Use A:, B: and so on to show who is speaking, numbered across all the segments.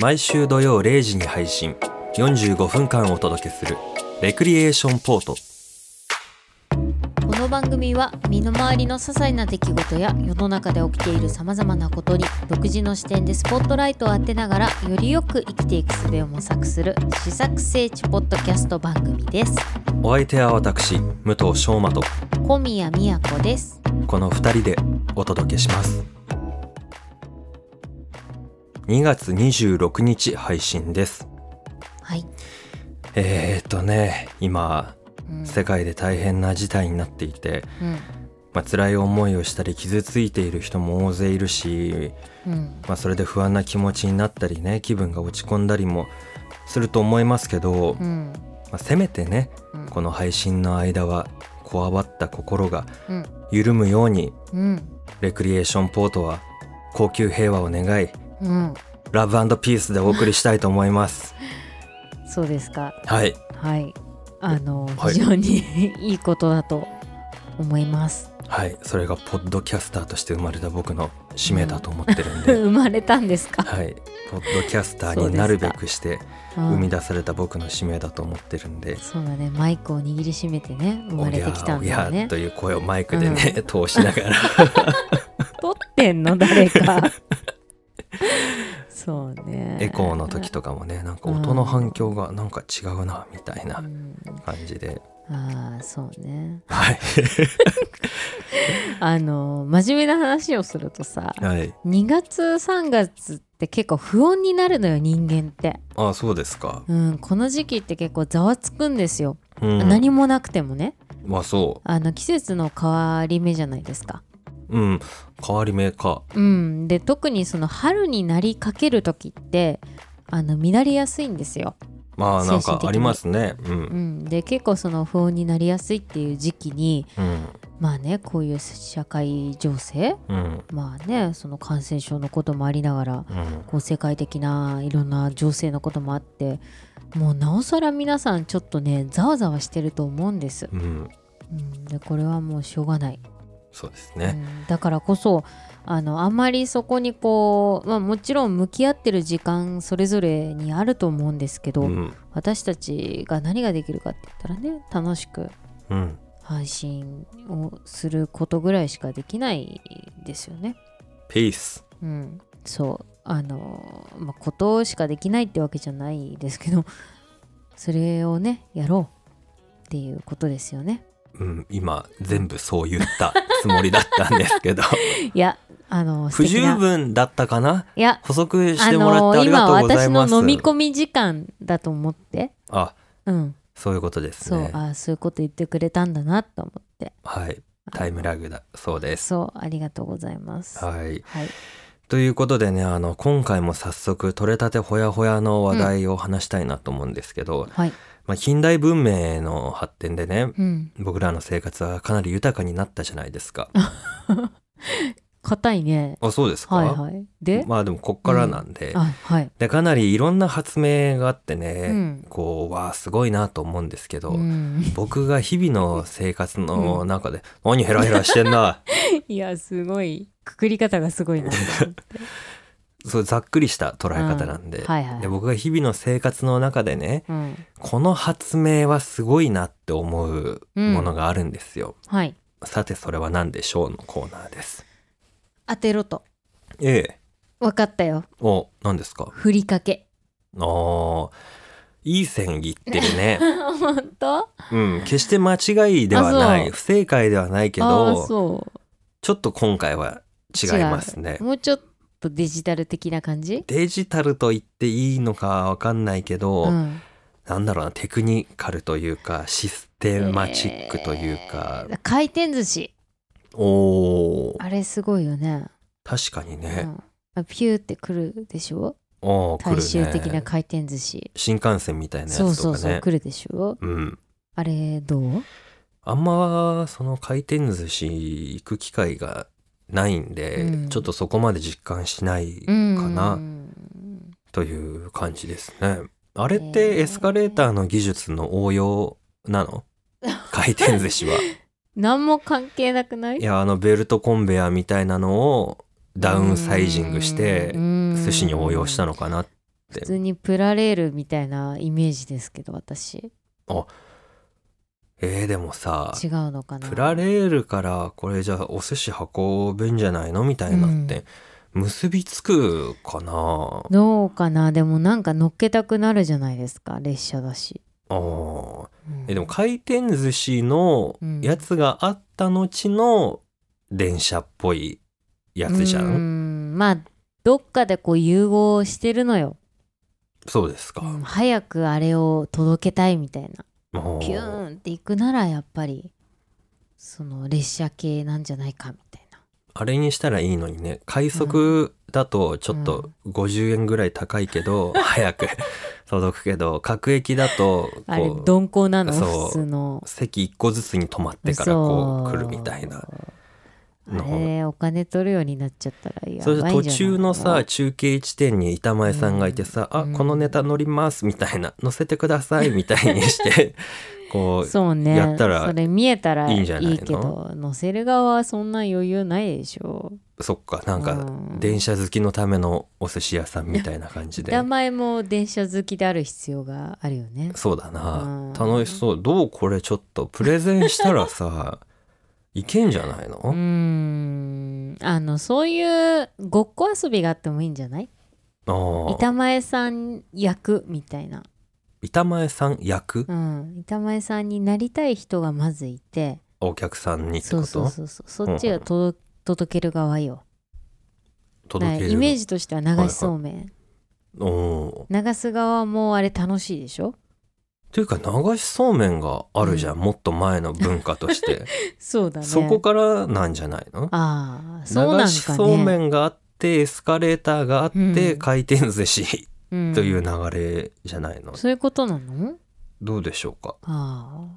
A: 毎週土曜0時に配信45分間お届けする「レクリエーションポート
B: この番組は身の回りの些細な出来事や世の中で起きているさまざまなことに独自の視点でスポットライトを当てながらよりよく生きていく術を模索する試作聖地ポッドキャスト番組です」
A: お相手は私武藤翔馬と
B: 小宮宮子です
A: この2人でお届けします2月26日配信です
B: はい、
A: えー、っとね今
B: うん
A: 世界で大変な事態になっていて、
B: う
A: まあ辛い思いをしたり傷ついている人も大勢いるし
B: んうん
A: まあ、それで不安な気持ちになったりね気分が落ち込んだりもすると思いますけど、
B: う
A: ま
B: ん
A: あ、せめてね
B: うん
A: この配信の間はこわばった心が
B: うん
A: 緩むように
B: うん
A: レクリエーションポートは高級平和を願い
B: うん
A: ラブピースでお送りしたいと思います
B: そうですか
A: はい
B: はいあの、
A: はい
B: 非常にいいことだと思います
A: はいそれがポッドキャスターとして生まれた僕の使命だと思ってるんで、
B: 生まれたんです か、
A: はいポッドキャスターになるべくして
B: うん
A: 生み出された僕の使命だと思ってるんで
B: そうだねマイクを握りしめてね生まれてきたんだよ
A: おぎゃーおぎゃー
B: ね
A: という声をマイクでね、 通しなが ら
B: 撮ってんの 誰かそうね
A: エコーの時とかもねなんか音の反響がなんか違うなみたいな
B: うん
A: 感じで、
B: ああそうね
A: はい
B: あの真面目な話をするとさ
A: はい
B: 2月3月って結構不穏になるのよ人間って、
A: あそうですか、
B: うん、この時期って結構ざわつくんですよ、
A: うん、
B: 何もなくてもね
A: まあそ
B: あの季節の変わり目じゃないですか
A: ううん変わり目か
B: うん、で特にその春になりかける時ってあの乱れやすいんですよ、
A: まあなん
B: 精神
A: か
B: 的に
A: ありますねう
B: うんん、で結構その不穏になりやすいっていう時期に
A: うん
B: まあねこういう社会情勢
A: うん
B: まあねその感染症のこともありながら
A: うん
B: こう世界的ないろんな情勢のこともあってもうなおさら皆さんちょっとねざわざわしてると思うんです、
A: うん
B: うん、でこれはもうしょうがない
A: そうです
B: う
A: ね
B: んだからこそあのあんまりそこにこう、まあ、もちろん向き合ってる時間それぞれにあると思うんですけ
A: う
B: ど、
A: ん
B: 私たちが何ができるかって言ったらね楽しく
A: うん
B: 配信をすることぐらいしかできないですよね。
A: ピース
B: うん、そうあの、まあ、ことしかできないってわけじゃないですけど それをねやろうっていうことですよね。
A: うん今全部そう言ったつもりだったんです けど
B: いやあの素
A: 不
B: 敵
A: 十
B: な
A: 分だったかない
B: や
A: 補足し
B: あ
A: てもらっ
B: の
A: てありが
B: 今
A: とうござい
B: 私
A: ます
B: の飲み込み時間だと思って
A: あ
B: うん
A: そういうことです
B: そう、
A: ね
B: あそういうこと言ってくれたんだなと思って
A: はいタイムラグだそうです
B: そうありがとうございますは
A: はい
B: い
A: ということでねあの今回も早速取れたてほやほやの話題を話したいなと思うんですけど、
B: はい
A: まあ、近代文明の発展でね
B: うん
A: 僕らの生活はかなり豊かになったじゃないですか。
B: 硬いね
A: あそうですか、
B: はいはいで、
A: まあでもこっからなんで,、
B: あはい
A: でかなりいろんな発明があってね、
B: うん
A: こうわあすごいなと思うんですけど、
B: うん、
A: 僕が日々の生活の中で「何ヘラヘラしてんだ
B: いやすごいくくり方がすごいなと思って」
A: そうざっくりした捉え方なんで,、
B: うんはいはい
A: で僕が日々の生活の中でね、
B: うん
A: この発明はすごいなって思うものがあるんですよ、
B: はい
A: さてそれは何でしょうのコーナーです
B: 当てろと
A: ええ
B: わかったよ
A: お何ですか
B: ふりかけ
A: あーいい線切ってるね
B: 本当
A: うん決して間違いではな
B: あそ
A: いう不正解ではないけ
B: あー
A: ど
B: そ
A: ちょっと今回は違いますね
B: うもうちょっとデジタル的な感じ
A: デジタルと言っていいのかわかんないけど、
B: うん
A: なんだろうなテクニカルというかシステマチックというか、
B: えー回転寿司
A: おー
B: あれすごいよね、
A: 確かに
B: う
A: ね、
B: んあピューって来るでしょ
A: おー来る
B: 大
A: ね
B: 衆的な回転寿司、
A: 新幹線みたいなやつと
B: そ
A: かね
B: うそうそう来るでしょ
A: うん、
B: あれどう
A: あんまその回転寿司行く機会がないんで、
B: うん
A: ちょっとそこまで実感しないか
B: うん
A: なという感じですね、あれっ
B: へ
A: て
B: ー
A: エスカレーターの技術の応用な の回転寿司は
B: 何も関係なくない
A: いやあのベルトコンベヤーみたいなのをダウンサイジングして
B: うん
A: 寿司に応用したのかなっって
B: 普通にプラレールみたいなイメージですけど私
A: えー、でもさ
B: 違うのかな
A: プラレールからこれじゃあお寿司運べんじゃないのみたいなって結びつくかな、
B: どうかなでもなんか乗っけたくなるじゃないですか列車だし、
A: あー
B: うん
A: えでも回転寿司のやつがあった後の電車っぽいやつじゃん、
B: うんまあどっかでこう融合してるのよ、
A: そうですか、
B: うん早くあれを届けたいみたいな
A: あー
B: ピューンって行くならやっぱりその列車系なんじゃないかみたいな
A: あれにしたらいいのにね快速だとちょっと50円ぐらい高いけ ど、早く届くけど各駅だと
B: あれ
A: こう
B: 鈍行なの
A: そう
B: 普通の
A: 席1個ずつに止まってからこう来るみたいな
B: そうあれお金取るようになっちゃったらやば
A: そ
B: いん
A: れ
B: じゃない
A: 途中のさ中継地点に板前さんがいてさ「
B: うん
A: あこのネタ乗ります」みたいな「乗せてくださ い」みたいにしてこう
B: そうね
A: やったら
B: それ見えたら
A: いい
B: い
A: ん
B: い
A: じ
B: け
A: ゃないの
B: ど乗せる側はそんな余裕ないでしょ
A: そっかなん
B: う
A: か
B: ん
A: 電車好きのためのお寿司屋さんみたいな感じで
B: 名前も電車好きである必要があるよね
A: そうだな
B: うん
A: 楽しそうどうこれちょっとプレゼンしたら さいけんじゃないうの
B: ーんあのそういうごっこ遊びがあってもいいんじゃない
A: ああ
B: 板前さん役みたいな、
A: 板前さん役
B: うん、板前さんになりたい人がまずいて
A: お客さんにって
B: そう
A: こ
B: そう
A: と
B: そうそうそっちが届,、届ける側よだから
A: 届ける
B: イメージとしては流しそうめん、
A: おー
B: 流す側もあれ楽しいでしょ
A: というか流しそうめんがあるじゃん、もっと前の文化と して、
B: そうだね
A: そこからなんじゃないの
B: ああそうなんかね
A: 流しそうめんがあってエスカレーターがあって、
B: うん
A: 回転寿司
B: うん
A: という流れじゃないの、
B: そういうことなの
A: どうでしょうか
B: ああ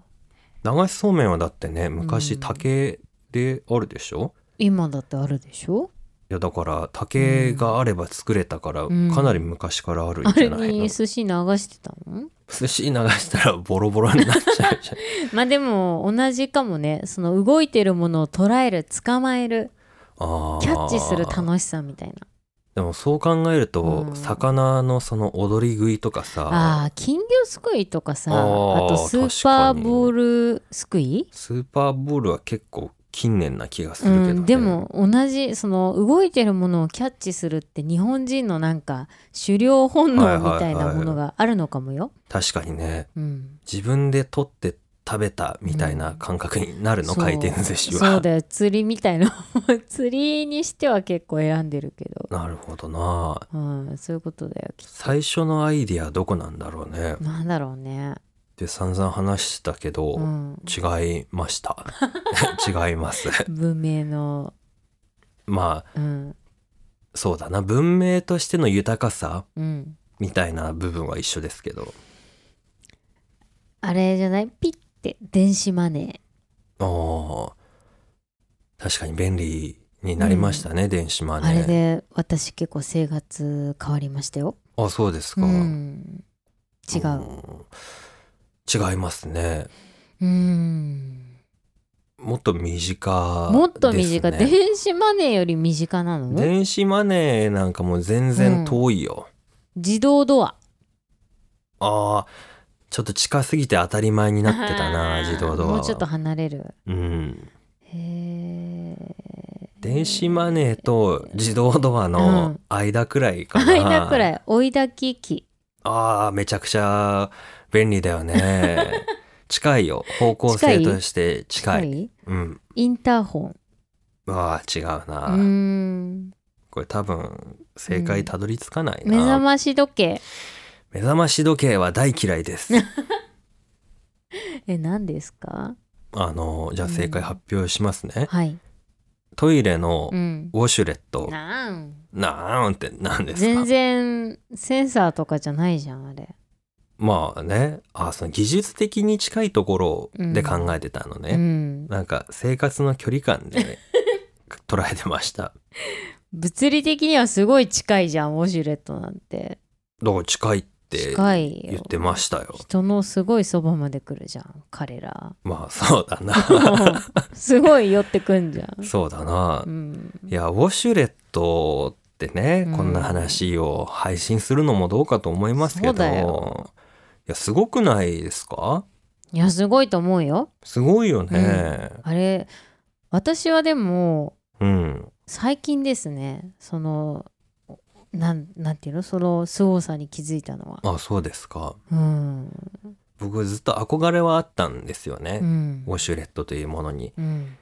A: 流しそうめんはだってね昔
B: うん
A: 竹であるでしょ、
B: 今だってあるでしょ
A: いやだから竹があれば作れたから、
B: うん
A: かなり昔からあるん
B: あ
A: じ
B: れ
A: ゃないの、
B: に
A: 寿
B: 寿司流してたの
A: 司流したらボロボロになっちゃうじ ゃん
B: まあでも同じかもねその動いてるものを捉える捕まえる
A: あー
B: キャッチする楽しさみたいな
A: でもそう考えると、
B: うん
A: 魚のその踊り食いとかさ
B: ああー金魚すくいとかさ
A: あ
B: あ
A: ー
B: とスーパ
A: 確
B: ー
A: かに
B: ボールすくい
A: スーパーボールは結構近年な気がす
B: う
A: るけど、ね
B: ん、でも同じその動いてるものをキャッチするって日本人のなんか狩猟本能みたいなものがあるのかもよ。
A: 確かにね
B: うん、
A: 自分で取って食べたみたいな感覚になるの、
B: そう
A: 回転寿司は
B: そうだよ釣りみたいな 釣りにしては結構選んでるけど、
A: なるほどな
B: うん、そういうことだよきっ
A: 最初のアイディアどこなんだろうね
B: となんだろうね。
A: で散々話したけど、
B: うん、
A: 違いました 違います
B: 文明の、
A: まあ
B: うん
A: そうだな文明としての豊かさ
B: うん、
A: みたいな部分は一緒ですけど
B: あれじゃないピッて電子マネ
A: あー確かに便利になりましたね、電子マ
B: ー、
A: ネー
B: あれで私結構生活変わりましたよ。
A: あそうですか、
B: うん、違う。
A: うん違いますね
B: うん
A: もっと身近、
B: もっと身近、
A: ですね
B: 電子マネーより身近なの
A: 電子マネーなんかもう全然遠いよ、
B: 自動ドア
A: ああちょっと近すぎて当たり前になってたな自動ドアは
B: もうちょっと離れる
A: うん
B: へえ
A: 電子マネーと自動ドア
B: う
A: の
B: ん
A: 間くらいかな、
B: 間くらい追い抱き機
A: ああめちゃくちゃ便利だよ ね近いよ方向性として近いうん
B: インターホ
A: ああ違うな、
B: ンうーん
A: これ多分正解たどり着かないな、
B: 目覚まし時計
A: 目覚まし時計は大嫌いです。
B: え何ですか
A: あの、じゃあ正解発表しますね。
B: はい
A: トイレの
B: うん
A: ウォシュレット。
B: なん
A: なーんって何ですか
B: 全然センサーとかじゃないじゃんあれ
A: まあね、あその技術的に近いところで考えてたの
B: う
A: ね。
B: ん
A: なんか生活の距離感で、 捉えてました。
B: 物理的にはすごい近いじゃんウォシュレットなんて
A: どう近いって
B: 近いよ
A: 言ってましたよ。
B: 人のすごいそばまで来るじゃん彼ら
A: まあそうだな。
B: すごい寄ってくんじゃん、
A: そうだな
B: う。ん、
A: いや、ウォシュレットっってね、
B: うん
A: こんな話を配信するのもどうかと思いますけ
B: そうだ
A: どいやすごくないですか
B: いやすごいと思うよ
A: すごいよね。
B: あれ私はでも
A: うん、
B: 最近ですねそのなんなんていうのその凄さに気づいたのは
A: あそうですか
B: うん
A: 僕ずっと憧れはあったんですよ
B: う
A: ね、
B: ん
A: ウォシュレットというものに。
B: うん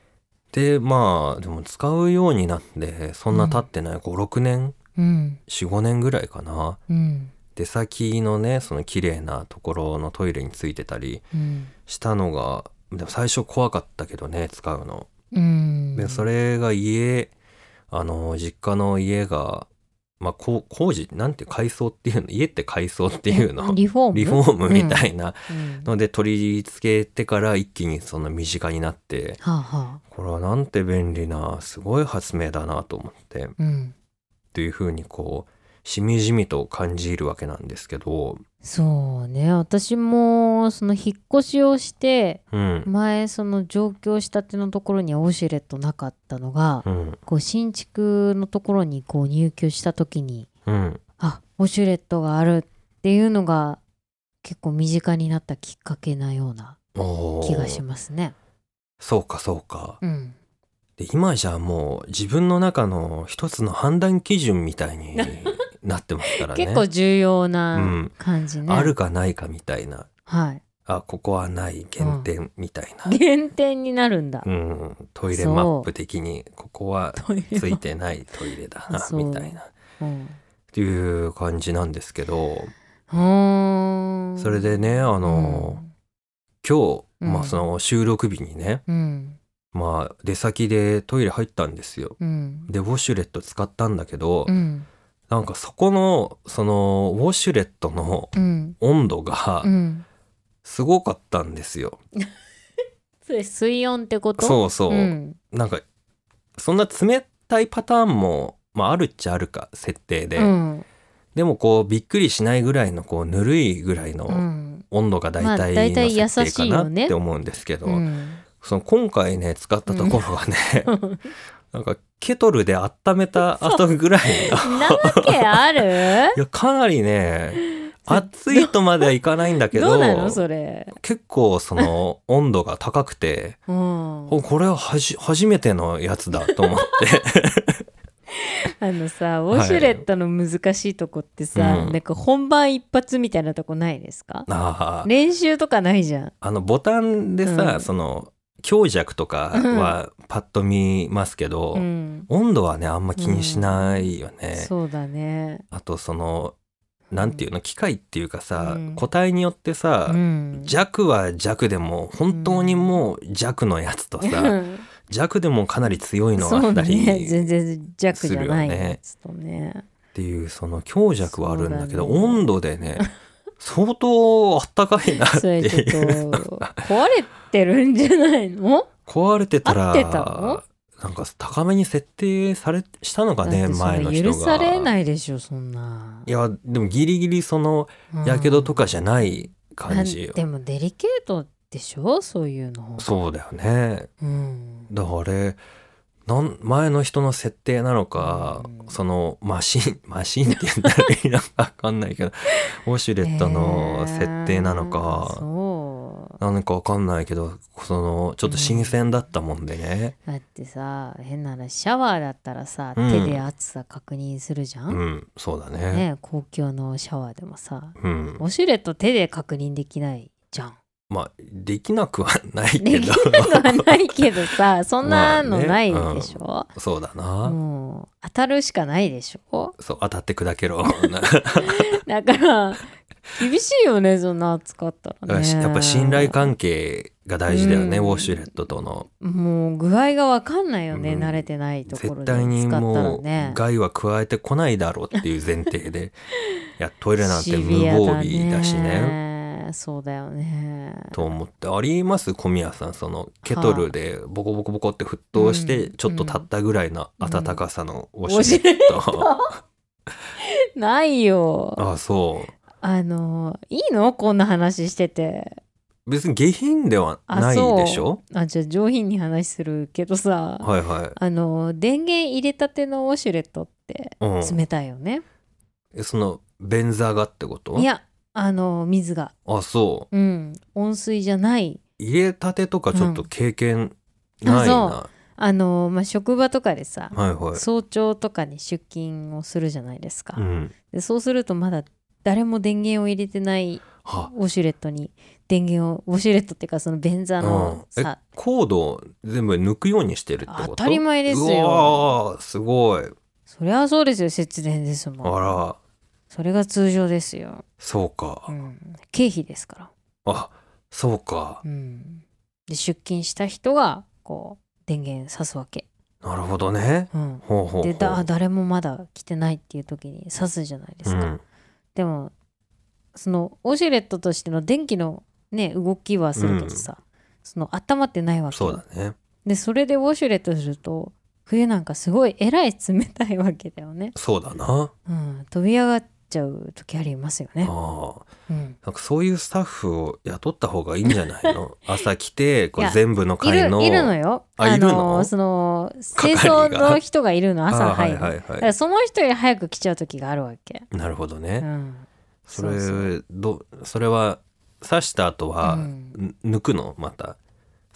A: でまあでも使うようになってそんな経ってない56年
B: うん
A: 45年ぐらいかな
B: うん
A: 出先のねその綺麗なところのトイレについてたり
B: うん
A: したのがでも最初怖かったけどね使うの。
B: うん
A: でそれが家あの実家の家が、まあ、こう工事なんて改装っていうの家って改装っていうの
B: リフォーム
A: リフォームみたいな
B: うんは
A: ので取り付けてから一気にその身近になって
B: あはあ
A: これはなんて便利なすごい発明だなと思って
B: うん
A: というふうにこうしみじみと感じるわけなんですけど
B: そうね私もその引っ越しをして
A: うん
B: 前その上京したてのところにはウォシュレットなかったのが、
A: うん
B: こう新築のところにこう入居した時に
A: うん
B: あウォシュレットがあるっていうのが結構身近になったきっかけなような
A: おー
B: 気がしますね。
A: そうかそうか
B: うん、
A: で今じゃもう自分の中の一つの判断基準みたい になってますからね
B: 結構重要
A: う
B: なん感じね。
A: あるかないかみたいな
B: はい、
A: あここはない減点みたいな、
B: 減点になるんだ。
A: うん、トイレマップ的にここは
B: という
A: ついてないトイレだな
B: そう
A: みたいなっ
B: うん
A: ていう感じなんですけど
B: うーん
A: それでねあ
B: あ
A: の、今日、
B: うん
A: まあ、その収録日にね、
B: うん
A: まあ、出先でトイレ入ったんですよ。
B: うん
A: でウォシュレット使ったんだけど、
B: うん
A: なんかそこのそのウォシュレットの
B: うん
A: 温度が
B: うん
A: すごかったんですよ。
B: それ水温ってこと
A: そうそう、
B: うん
A: なんかそんな冷たいパターンも、まあ、あるっちゃあるか設定で、
B: うん
A: でもこうびっくりしないぐらいのこうぬるいぐらいうの
B: ん
A: 温度が大
B: まあ
A: 体
B: 大体
A: の
B: 優
A: 設
B: し
A: 定
B: い
A: か
B: よ
A: な
B: ね
A: って思うんですけど、
B: うん
A: その今回ね使ったところはね、 なんかケトルで温めた後ぐらいの
B: なわけある
A: いやかなり ね暑いとまではいかないんだ け
B: ど
A: ど
B: うなのそれ、
A: 結構そ の温度が高くて
B: うん、
A: おこれははじ初めてのや つだと思って
B: あのさウォシュレットの難しいとこってさ、
A: うん
B: なんか本番一発みたいなとこないですか
A: あー
B: 練習とかないじゃん
A: あのボタンでさ、
B: うん
A: その強弱とかはパッと見ますけど、
B: うん
A: 温度はねあんま気にしないよね、
B: そうだね
A: あとそのなんていうの機械っていうかさ、
B: うん
A: 個体によってさ、
B: うん
A: 弱は弱でも本当にもう弱のやつと さ、
B: うん
A: 弱でもかなり強いのあ
B: そう
A: ったり、
B: ね全然弱じゃない
A: するよね
B: やつとね
A: っていうその強弱はあるんだけど
B: そうだね
A: 温度で ね相当あったかいなっ
B: そ
A: て
B: れちょっと
A: いう
B: 壊れてるんじゃないの
A: 壊れてた
B: 合
A: ら
B: ってたの
A: なんか高めに設定されしたのかね
B: だってそれ
A: 前の人が
B: 許されないでしょそんな
A: やでもギリギリその
B: うん
A: やけどとかじゃない感じ
B: な
A: よ
B: んでもデリケートでしょそういうの
A: そうだよね
B: うん
A: だからあれなん前の人の設定なのか、
B: うん
A: そのマシン マシンって言ったらいいのか分かんないけどウォシュレットの設定なの
B: え
A: か
B: ー、そう
A: なんかわかんないけどそのちょっと新鮮だったもんでね、
B: だってさ変な話シャワーだったらさ、
A: うん
B: 手で熱さ確認するじゃ
A: うん
B: ん、
A: そうだね
B: ね公共のシャワーでもさ
A: うん
B: ウォシュレット手で確認できないじゃん
A: まあできなくはないけど
B: できなくはないけどさそんなのない
A: まあね
B: でしょ、
A: そうだな、
B: もう当たるしかないでしょ
A: そう当たって砕け ろな
B: だから 厳しいよねそんな暑かったらね
A: やっぱ信頼関係が大事だよね、
B: うん
A: ウォシュレットとの
B: もう具合がわかんないよね、
A: うん
B: 慣れてないところ
A: 絶
B: で
A: 対に
B: 使った
A: も
B: ら
A: う
B: ね
A: 害は加えてこないだろうっていう前提 でいやトイレなんて
B: シ
A: 無
B: ビア
A: 防備だしね
B: ねそうだよね
A: と思ってあります小宮さんそのケトルでボコボコボコって沸騰して、
B: うん
A: ちょっと経ったぐらいの暖かさのウ
B: 教
A: ォシュレッ
B: え
A: ト、
B: ないよ
A: あそ
B: あのいいのこんな話してて
A: う別に下品では
B: あ
A: ない
B: そう
A: でしょ
B: あじゃあ上品に話するけどさ
A: はいはい
B: あの電源入れたてのウォシュレットっって
A: うん
B: 冷たいよね、
A: えその便座がってこと
B: いやあの水が
A: あそう
B: うん温水じゃない
A: 入れたてとかちょっと経験ない
B: うん
A: な、
B: あの、まあ、職場とかでさ、
A: はいはい
B: 早朝とかに出勤をするじゃないですか、
A: うん
B: でそうするとまだ誰も電源を入れてない
A: は
B: ウォシュレットに電源をウォシュレットっていうかその便座の
A: うん、え
B: さ、
A: コードを全部抜くようにしてるってこと
B: 当たり前ですよ
A: うわーすごい
B: そりゃそうですよ節電ですもん
A: あら
B: それが通常ですよ、
A: そうか、
B: うん、経費ですから、
A: あそうか
B: うん、で出勤した人がこう電源差すわけ、
A: なるほどね
B: うん、
A: ほうほうほう
B: でだ誰もまだ来てないっていう時に差すじゃないですか、
A: うん
B: でもそのオシュレットとしての電気のね動きはするけどさ、その温まってないわけ
A: そうだね
B: でそれでウォシュレットすると冬なんかすごいえらい冷たいわけだよね、
A: そうだな
B: うん、飛び上がっちゃう時ありますよ
A: あ
B: ね、
A: ー
B: うん、
A: なんかそういうスタッフを雇った方がいいんじゃない の朝来てこ
B: いうや
A: 全部の
B: い
A: 会
B: る
A: の
B: いるのよ
A: あいるの
B: その清
A: 係が
B: 掃の人がいるの朝
A: あーは
B: 入
A: い
B: る、
A: はい
B: だか
A: は
B: らその人より早く来ちゃう時があるわけ、
A: いなるほど
B: う
A: ね、
B: ん、
A: それ
B: そう
A: どそれは刺した後は、
B: うん
A: ぬ抜くのまた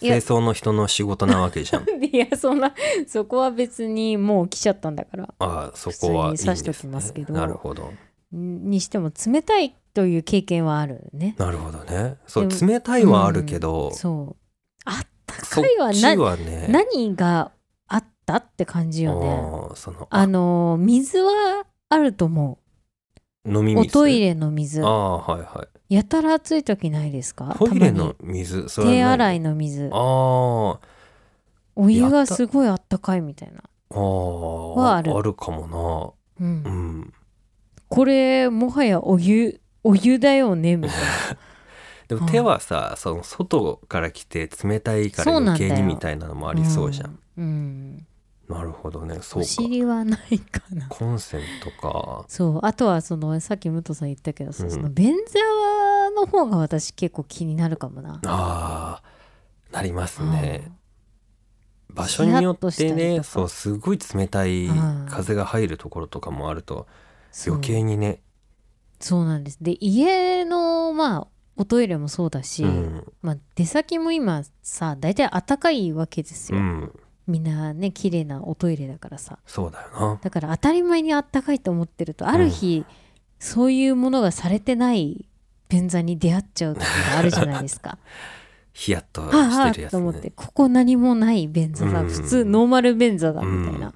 B: い
A: 清
B: や
A: 掃の人の仕事なわけ じゃん
B: いやそんなそこは別にもう来ちゃったんだから
A: ああそこはいいんです、ね、
B: 普通に刺しときますけど
A: なるほど
B: にしても冷たいという経験はあるね。
A: なるほどねそう
B: でも
A: 冷たいはあるけど、
B: そう。あった
A: そっ
B: かいは
A: ち
B: な
A: はね
B: 何があったって感じよね。
A: あーその
B: あの水はあると思
A: 飲み
B: う。お
A: 水
B: トイレの水
A: あ。あはいはい
B: やたら暑い時ないですか
A: トイレ
B: たま
A: の水そ
B: に手
A: は何
B: 洗いの水。
A: ああ
B: お湯がすごいあったかいみたいな。
A: あー
B: はある
A: あるかも
B: う、
A: なんうん
B: これもはやお湯お湯だよねみたい
A: でも手はさ、その外から来て冷たいから
B: そうなん
A: 余
B: だよ
A: 計にみたいなのも
B: な。
A: ありそうじゃん、
B: うん。うん
A: なるほどねそう
B: お
A: か
B: 尻はないかな。
A: コンセントか
B: そうあとはそのさっき武藤さん言ったけどさ、
A: うん
B: その便座の方が私結構気になるかもな。
A: あーなりますね場所
B: ヒヤ
A: に
B: ッ
A: よっ
B: としたり
A: て
B: とか
A: ねそうすごい冷たい
B: うん
A: 風が入るところとかもあると
B: そう
A: 余計にね
B: そうなんですで家のまあおトイレもそうだし、
A: うん、
B: まあ、出先も今さ大体暖かいわけです
A: う
B: よ、
A: ん、
B: みんなね綺麗なおトイレだからさ
A: そうだよな
B: だから当たり前に暖かいと思ってるとある日、そういうものがされてない便座に出会っちゃう時があるじゃないで すか。
A: ヒヤッと
B: はあはあ
A: してるや
B: と
A: つ
B: 思っ
A: ね
B: てここ何もない便座だ、
A: うん
B: 普通ノーマル便座だみたいな、
A: うん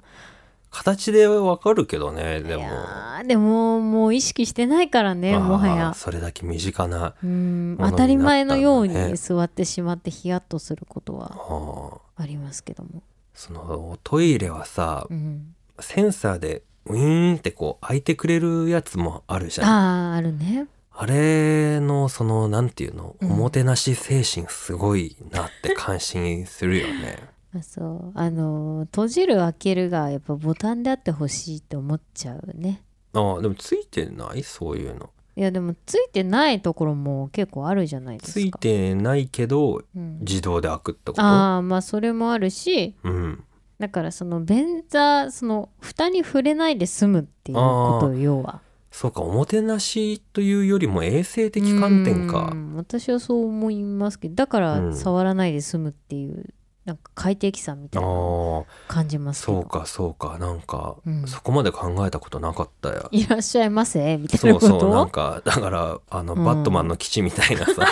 A: 形でわかるけどねで
B: い
A: も
B: やーでももう意識してないからね
A: あー
B: もはや
A: それだけ身近な
B: う
A: も
B: ん
A: のになったんだね
B: 当たり前のように座ってしまってヒヤッとすること
A: あ
B: は
A: ー
B: ありますけども、
A: そのトイレはさ
B: うん、
A: センサーでウィーンってこう開いてくれるやつもあるじゃんあ
B: あああるね
A: れのそのなんていうのお
B: うん
A: もてなし精神すごいなって感心するよね
B: あそうあのー閉じる開けるがやっぱボタンであってほしいって思っちゃうね
A: あーでもついてないそういうの
B: いやでもついてないところも結構あるじゃないですか
A: つい、てないけど
B: うん、
A: 自動で開くってこと
B: ああまあそれもあるし
A: うん
B: だからその便座その蓋に触れないで済むっていうことよ要は
A: そうかおもてなしというよりも衛生的観点か
B: うん私はそう思いますけどだから
A: うん
B: 触らないで済むっていう、なんか快適さみ
A: あ
B: たいなのを
A: ー
B: 感じますけど
A: そうかそうかなんか、
B: うん
A: そこまで考えたことなかったや
B: いらっしゃいませみたい
A: そ
B: な
A: う
B: こと
A: そうなんかだからあの、
B: うん
A: バットマンの基地みたいな さ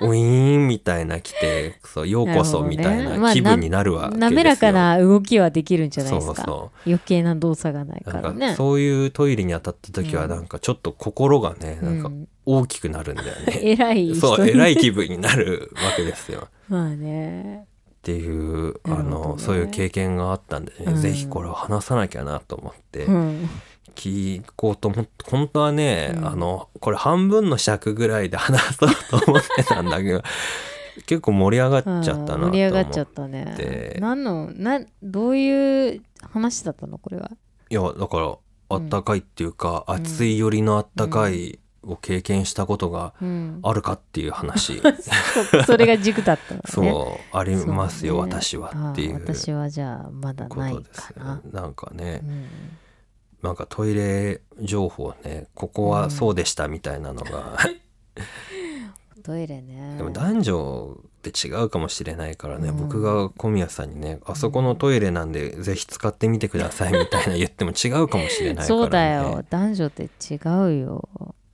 A: ウィーンみたいな来てそうようこそ
B: なるほどね
A: みたい
B: まあ
A: な気分になるわけですよ、
B: 滑らかな動きはできるんじゃないです
A: そう
B: か
A: そ
B: 余計な動作がないうか
A: なん
B: ら
A: か
B: ね
A: そういうトイレに当たった時
B: う
A: は
B: ん
A: なんかちょっと心がね、
B: う
A: なんか
B: ん、
A: 大きくなるんだよね、
B: 偉 い人
A: そう偉
B: い
A: い気分になるわけですよ
B: まあね
A: っていうあ
B: なるほど
A: の、
B: ね
A: そういう経験があったんでね、
B: うん
A: ぜひこれを話さなきゃなと思って、
B: うん
A: 聞こうと思って本当はね、
B: うん
A: あのこれ半分の尺ぐらいで話そうと思ってたんだけど 結構盛り上がっちゃったなと
B: あ
A: 思っ
B: ー盛り上がっちゃ
A: て
B: ったね
A: て
B: 何のなどういう話だったのこれはい
A: やだからあったかいっていうか、
B: ん
A: 暑いよりのあったかいを経験したことが
B: うん
A: あるかっていう話、
B: そそれが軸だったのね
A: そうありますよ、
B: そうね
A: 私はっていう
B: ああ私はじゃあまだ
A: こ
B: ない
A: とです
B: かな。
A: なんかね
B: う、ん
A: なんかトイレ情報ねここはそうでしたみたいなのが、
B: トイレね
A: でも男女って違うかもしれないからね、
B: うん
A: 僕が小宮さんにね「あそこのトイレなんでぜひ使ってみてください」みたいな言っても違うかもしれないから、ね、
B: そうだよ男女って違うよ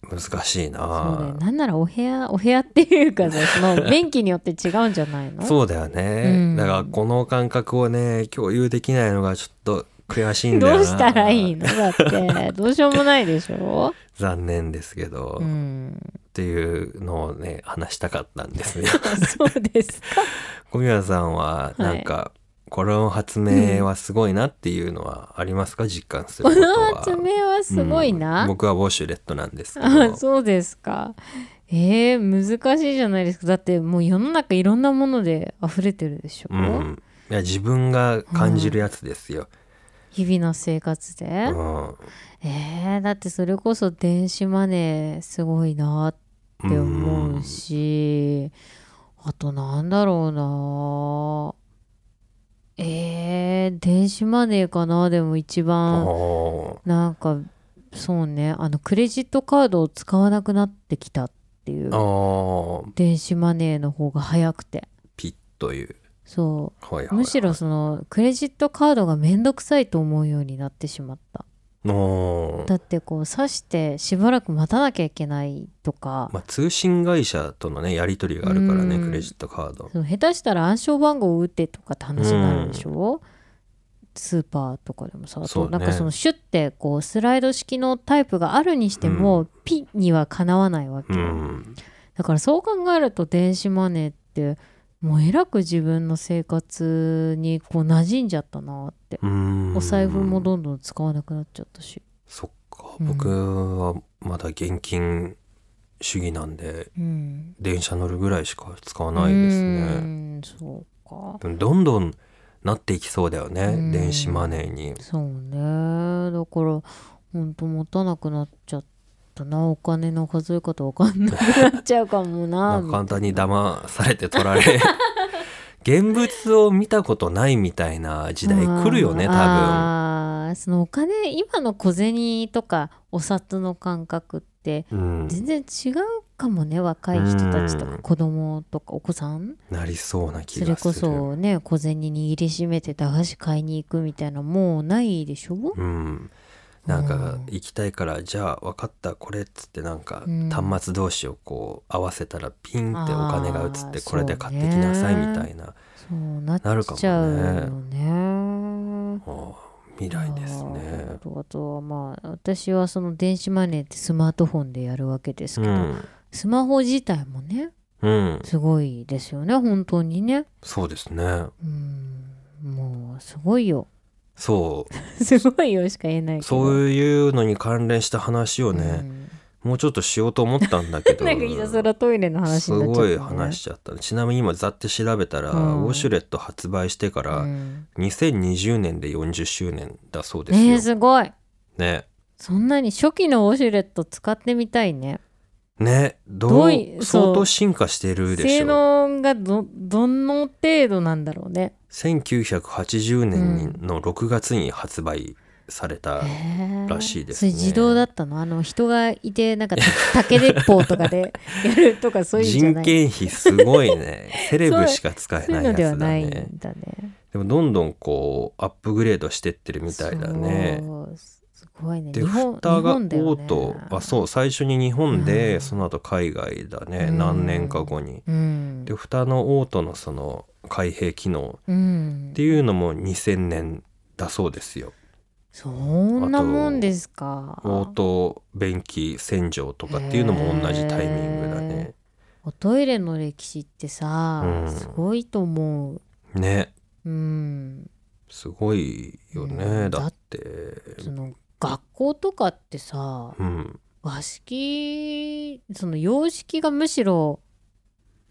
A: 難しい
B: そうだよ
A: な
B: なんならお部屋お部屋っていうかさその便器によって違うんじゃないの
A: そうだよね、
B: うん
A: だからこの感覚をね共有できないのがちょっと悔しいんだよな
B: どうしたらいいのだってどうしようもないでしょ、
A: 残念ですけど、
B: う
A: っ
B: ん、
A: ていうのをね話したかったんですよ
B: そうですか
A: 小宮さんはなんか、この発明はすごいなっていうのはありますか、実感する
B: こ
A: ことは
B: の発明はすごい
A: うん
B: な、
A: 僕はウォシュレットなんですけ
B: あ
A: ど
B: そうですかえー、難しいじゃないですかだってもう世の中いろんなもので溢れてるでしょ、
A: うん、いや自分が感じるやつですよ、
B: 日々の生活で、
A: うん
B: えー、だってそれこそ電子マネーすごいなって思うし、あとなんだろうなえー、電子マネーかなでも一
A: うん
B: 番
A: お
B: なんかそうねあのクレジットカードを使わなくなってきたっていう
A: ーおー
B: 電子マネーの方が早くて
A: ピッという、
B: そ
A: はいはいは
B: う
A: い
B: むしろそのクレジットカードがめんどくさいと思うようになってしまった
A: おー
B: だってこう刺してしばらく待たなきゃいけないとか、
A: まあ、通信会社とのねやり取りがあるからね、
B: うん
A: クレジットカード
B: その下手したら暗証番号を打ってとかって話になるでしょ、スーパーとかでもさ、あ
A: そう
B: と
A: ね
B: なんかそのシュッてこうスライド式のタイプがあるにしても、
A: う
B: ピンにはかなわないわけ
A: う
B: よ、
A: ん
B: だからそう考えると電子マネーってもうえらく自分の生活にこう馴染んじゃったなって、
A: うん
B: お財布もどんどん使わなくなっちゃったし、
A: そっか
B: うん
A: 僕はまだ現金主義なんで
B: うん、
A: 電車乗るぐらいしか使わないです
B: う
A: ね
B: んそうか
A: でもどんどんなっていきそうだよね、
B: うん
A: 電子マネーに
B: そうねだからほんと持たなくなっちゃったなお金の数え方わかんなくなっちゃうかも
A: な
B: な
A: んか簡単に騙されて取 られ現物を見たことないみたいな時代来るよね
B: うん
A: 多
B: あーそのお金今の小銭とかお札の感覚って
A: 分、うん、
B: 全然違うかもね若い人たちと
A: う
B: か
A: ん
B: 子供とかお子さん
A: なりそうな気が
B: そ
A: する
B: れこそね小銭握りしめて駄菓子買いに行くみたいなもうないでしょ
A: うん、なん
B: う
A: か
B: ん
A: 行きたいからじゃあ分かったこれっつってなんか
B: うん
A: 端末同士をこう合わせたらピンってお金が移っ
B: あ
A: て
B: ー
A: これで買ってきなさい
B: そうね
A: みたいな
B: そうなっ
A: なるかもね
B: ちゃうよね
A: あー未来ですね
B: あ。とあとはまあ私はその電子マネーってスマートフォンでやるわけです
A: う
B: けど、
A: ん、
B: スマホ自体もね
A: うん、
B: すごいですよね本当にね
A: そうですね
B: うんもうすごいよ
A: そ
B: すごいよしか言えないけ
A: う
B: ど
A: そういうのに関連した話を
B: う
A: ね、
B: ん
A: もうちょっとしようと思ったんだけど
B: なんかいざそらトイレの話
A: す
B: になっちゃった、
A: ご
B: ね、
A: い話しちゃったちなみに今ざって調べたら、
B: うん
A: ウォシュレット発売してか
B: う
A: ら
B: ん
A: 2020年で40周年だそう
B: え
A: ですよ、
B: ー、すごい
A: ね
B: そんなに初期のウォシュレット使ってみたいね
A: ねどう
B: どうい
A: 相
B: そ
A: 当
B: う
A: 進化してるでし
B: 性
A: ょ
B: 能がどどの程度なんだろうね
A: 1980年にの6月に発売された、ら
B: ら
A: しいですね
B: それ自動だったのあの人がいてなんかた竹鉄砲とかで やるとかそういうんじゃ
A: 人
B: ない
A: 件費すごいね セレブしか使え
B: そう
A: ない
B: いうの
A: や
B: では
A: つだ
B: ないん
A: ね
B: だね。
A: でもどんどんこうアップグレードしてってるみたいだね
B: そう。すごいね。
A: で
B: 日本
A: 蓋がオ
B: 日本だよ
A: ート
B: ね、
A: あそう最初に日本で、
B: うん
A: その後海外だね、
B: うん
A: 何年か後に
B: う。ん。
A: で蓋のオートのその開閉機能
B: うん
A: っていうのも2000年だそうですよ。
B: そんなもんですか。
A: オート便器洗浄とかっていうのも同じタイミングだね。
B: おトイレの歴史ってさ、
A: うん
B: すごいと思う。
A: ね
B: うん。
A: すごいよね、
B: うん
A: だって。
B: その学校とかってさ、
A: うん、
B: 和式その洋式がむしろ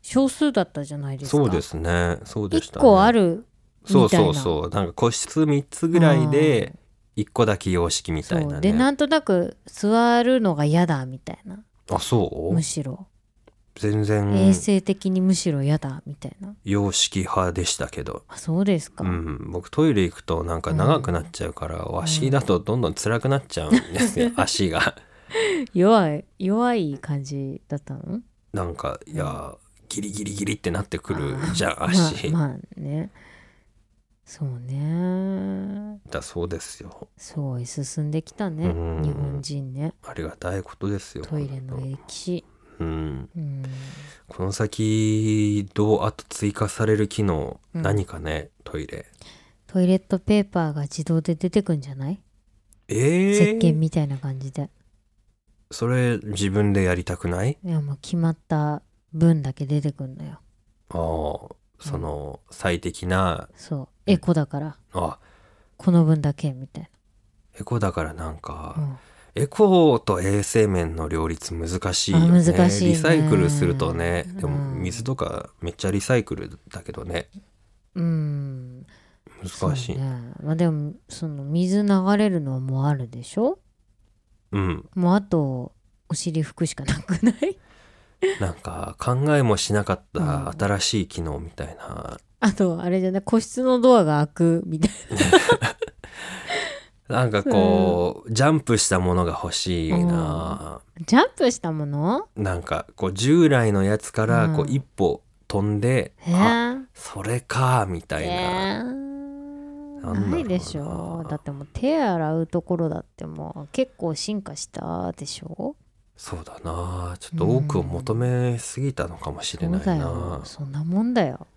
B: 少数だったじゃないですか
A: そうですねそうでし
B: 1
A: た、ね、
B: 個ある
A: そう
B: みたい
A: そ
B: な
A: うそうなんか個室3つぐらいで1個だけ様式み
B: そ
A: たいな
B: う
A: ね
B: でなんとなく座るのが嫌だみたいな
A: あそう
B: むしろ
A: 全然
B: 衛生的にむしろ嫌だみたいな
A: 様式派でしたけど、
B: あそうですか、
A: うん、僕トイレ行くとなんか長くなっちゃうから、和式だとどんどん辛くなっちゃうんです よ足が
B: 弱い弱い感じだったの
A: なんかいやーギリギリギリってなってくるじゃん
B: あー
A: 足、
B: まあまあねそうね
A: だそうですよ
B: すごい進んできたね
A: うん
B: 日本人ね
A: ありがたいことですよ
B: トイレの
A: 本
B: 歴史
A: 当うん、
B: うん
A: この先どうあと追加される機能、
B: うん
A: 何かねトイレ
B: トイレットペーパーが自動で出てくんじゃない、
A: え
B: 石
A: ー、
B: 鹸みたいな感じで
A: それ自分でやりたくない
B: いやもう決まった分だけ出てくんのよ
A: あーその最適な
B: そうエコだから
A: あ
B: この分だけみたい
A: エコだからなんか、
B: な、うん
A: エコと衛生面の両立難しいよね
B: あ難しいね
A: リサイクルするとねでも
B: うん
A: 水とかめっちゃリサイクルだけどね
B: うん
A: 難しい
B: そうねまあでもその水流れるのはもうあるでしょ
A: うん
B: もうあとお尻拭くしかなくない
A: なんか考えもしなかっ
B: うん
A: た新しい機能みたいな、
B: あとあれじゃない個室のドアが開くみたい
A: なんかこう、ジャンプしたものが欲しいな、
B: なジャンプしたもの
A: なんかこう従来のやつからこ
B: う
A: うん一歩飛んで、
B: へ
A: あ
B: え
A: それかみたいな、
B: え
A: な
B: ー
A: んだろうな
B: ないでしょだってもう手洗うところだってもう結構進化したでしょ
A: そうだなちょっと多くを求めすぎたのかもしれ
B: そう
A: ない
B: だ
A: な、
B: よそんなもんだよ